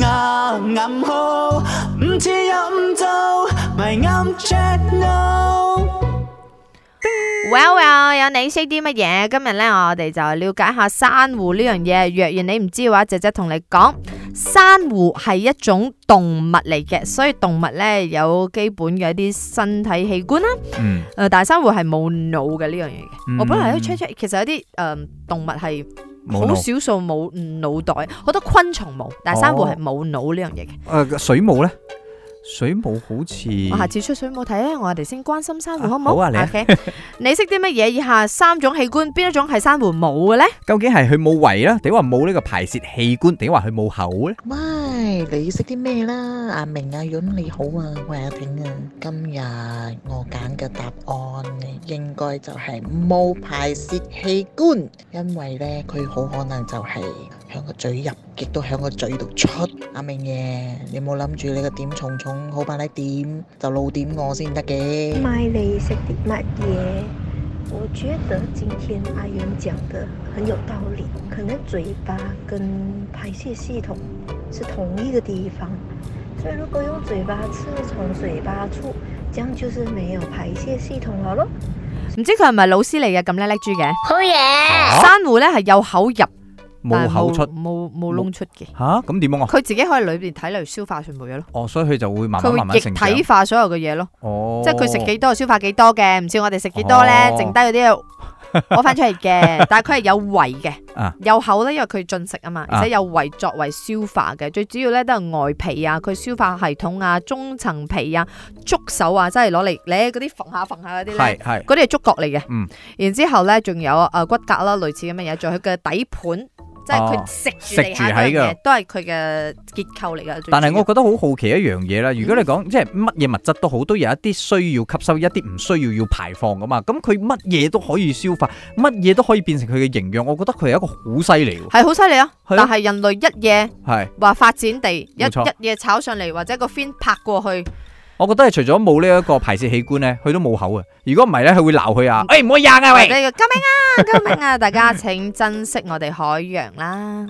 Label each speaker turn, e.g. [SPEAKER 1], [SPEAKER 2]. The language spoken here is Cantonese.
[SPEAKER 1] 牙暗號，唔知飲酒，咪啱 check no。
[SPEAKER 2] Well well，有你識啲乜嘢？今日呢，我哋就了解下珊瑚呢樣嘢。若然你唔知嘅話，姐姐同你講，珊瑚係一種動物嚟嘅，所以動物呢，有基本嘅一啲身體器官啦。
[SPEAKER 3] 嗯，
[SPEAKER 2] 誒、但係珊瑚係冇腦嘅呢樣嘢嘅。
[SPEAKER 3] 嗯
[SPEAKER 2] 我本來喺度 check check，其實有啲誒、動物係
[SPEAKER 3] 冇
[SPEAKER 2] 好
[SPEAKER 3] 腦。
[SPEAKER 2] 少數冇腦袋，好多昆蟲冇，但係珊瑚係冇腦呢樣嘢嘅。
[SPEAKER 3] 誒，水母咧，水母好似
[SPEAKER 2] 我下次出水冇睇咧，我哋先關心珊瑚好唔好？
[SPEAKER 3] 好啊你啊
[SPEAKER 2] OK，你識啲乜嘢？以下三種器官，邊一種係珊瑚冇嘅咧？
[SPEAKER 3] 究竟係佢冇胃啦，定話冇呢個排泄器官，定話佢冇口咧？
[SPEAKER 4] 喂，你識啲咩啦？阿明阿潤你好啊，我係阿炳啊。今日我揀嘅答案應該就係冇排泄器官，因為呢，佢好可能就係響個嘴入，亦都響個嘴度出。阿明爺，你冇諗住你個點重重，好把你點就老點我先得嘅。
[SPEAKER 5] 麦雷是迪麦耶。我觉得今天阿元讲的很有道理，可能嘴巴跟排泄系统是同一个地方，所以如果用嘴巴吃，从嘴巴出，这样就是没有排泄系统了咯。
[SPEAKER 2] 唔知佢係咪老師嚟嘅咁叻叻豬嘅？
[SPEAKER 6] 好嘢！
[SPEAKER 3] 嚇
[SPEAKER 2] 珊瑚咧係有口入，
[SPEAKER 3] 冇口出
[SPEAKER 2] 但係冇冇冇窿出嘅。
[SPEAKER 3] 吓，咁點啊？
[SPEAKER 2] 佢自己可以裏邊體內消化全部嘢咯，
[SPEAKER 3] 哦，所以佢就會慢
[SPEAKER 2] 佢會
[SPEAKER 3] 慢慢慢
[SPEAKER 2] 液
[SPEAKER 3] 成長
[SPEAKER 2] 體。化所有嘅嘢咯，
[SPEAKER 3] 哦，
[SPEAKER 2] 即係佢食幾多就消化幾多嘅，唔似我哋食幾多咧，
[SPEAKER 3] 哦
[SPEAKER 2] 剩低嗰啲 就攞翻出嚟嘅。但係佢係有胃嘅
[SPEAKER 3] 啊，
[SPEAKER 2] 有口咧，因為佢進食啊嘛，
[SPEAKER 3] 啊
[SPEAKER 2] 而且有胃作為消化嘅。最主要咧都係外皮啊，佢消化系統啊、中層皮啊、觸手啊，即係攞嚟咧嗰啲縫下縫下嗰啲咧
[SPEAKER 3] 係。係
[SPEAKER 2] 嗰啲係觸角嚟嘅，
[SPEAKER 3] 嗯
[SPEAKER 2] 然之後咧仲有誒、呃骨骼啦，類似咁嘅嘢，仲有佢嘅底盤，即係
[SPEAKER 3] 哦
[SPEAKER 2] 佢食住地下嗰
[SPEAKER 3] 食住喺
[SPEAKER 2] 樣
[SPEAKER 3] 嘅
[SPEAKER 2] 嘢，都係佢嘅結構嚟㗎。最
[SPEAKER 3] 但係
[SPEAKER 2] 主
[SPEAKER 3] 我
[SPEAKER 2] 要
[SPEAKER 3] 覺得好好奇一樣嘢啦，如果你講即係乜嘢物質都好，都有一啲需要吸收，一啲唔需要要排放噶嘛。咁佢乜嘢都可以消化，乜嘢都可以變成佢嘅營養。我覺得佢係一個好犀利喎，
[SPEAKER 2] 係好犀利啊！
[SPEAKER 3] 係咯
[SPEAKER 2] 但係人類一夜
[SPEAKER 3] 係。
[SPEAKER 2] 話發展地一
[SPEAKER 3] 冇錯
[SPEAKER 2] 一夜炒上嚟，或者個 fin 拍過去，
[SPEAKER 3] 我覺得係除咗冇呢一個排泄器官咧，佢都冇口啊。如果唔係咧，佢會鬧佢哎啊！誒唔好硬啊
[SPEAKER 2] 或
[SPEAKER 3] 喂
[SPEAKER 2] 者！叫救命啊救命啊！大家請珍惜我哋海洋啦。